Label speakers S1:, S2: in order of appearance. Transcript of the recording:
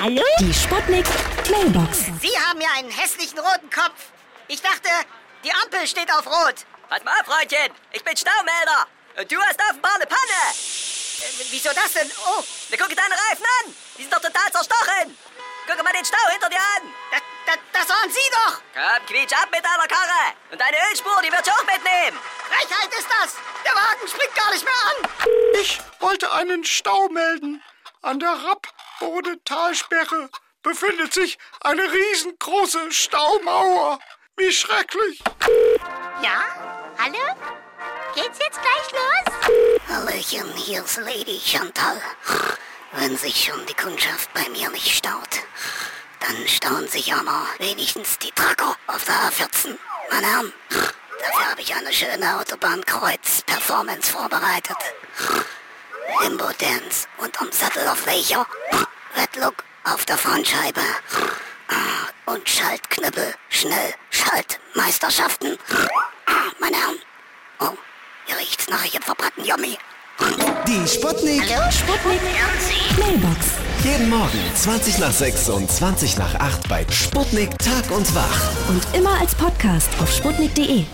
S1: Hallo?
S2: Die Sputnik Mailbox.
S3: Sie haben ja einen hässlichen roten Kopf. Ich dachte, die Ampel steht auf Rot.
S4: Pass mal, auf, Freundchen, ich bin Staumelder. Du hast offenbar eine Panne.
S3: Äh, wieso das denn? Oh,
S4: Na, guck dir deine Reifen an. Die sind doch total zerstochen. Guck dir mal den Stau hinter dir an.
S3: da, da, das waren Sie doch.
S4: Komm, quietsch ab mit deiner Karre. Und deine Ölspur, die wird ich auch mitnehmen.
S3: Frechheit ist das. Der Wagen springt gar nicht mehr an.
S5: Ich wollte einen Stau melden. An der Rappbode-Talsperre befindet sich eine riesengroße Staumauer. Wie schrecklich.
S6: Ja? Hallo? Geht's jetzt gleich los?
S7: Hallöchen, hier ist Lady Chantal. Wenn sich schon die Kundschaft bei mir nicht staut, dann stauen sich aber wenigstens die Tracker auf der A14. Meine Herren, dafür habe ich eine schöne Autobahnkreuz-Performance vorbereitet. Limbo Dance unterm Sattel auf welcher? Wetlook auf der Frontscheibe. Und Schaltknüppel, schnell, Schaltmeisterschaften. Ah, Meine Herren, oh, hier riecht's nach jedem verbrannten Yummy.
S8: Die Sputnik.
S2: Sputnik Mailbox.
S8: Jeden Morgen 20 nach 6 und 20 nach 8 bei Sputnik Tag und Wach.
S2: Und immer als Podcast auf sputnik.de.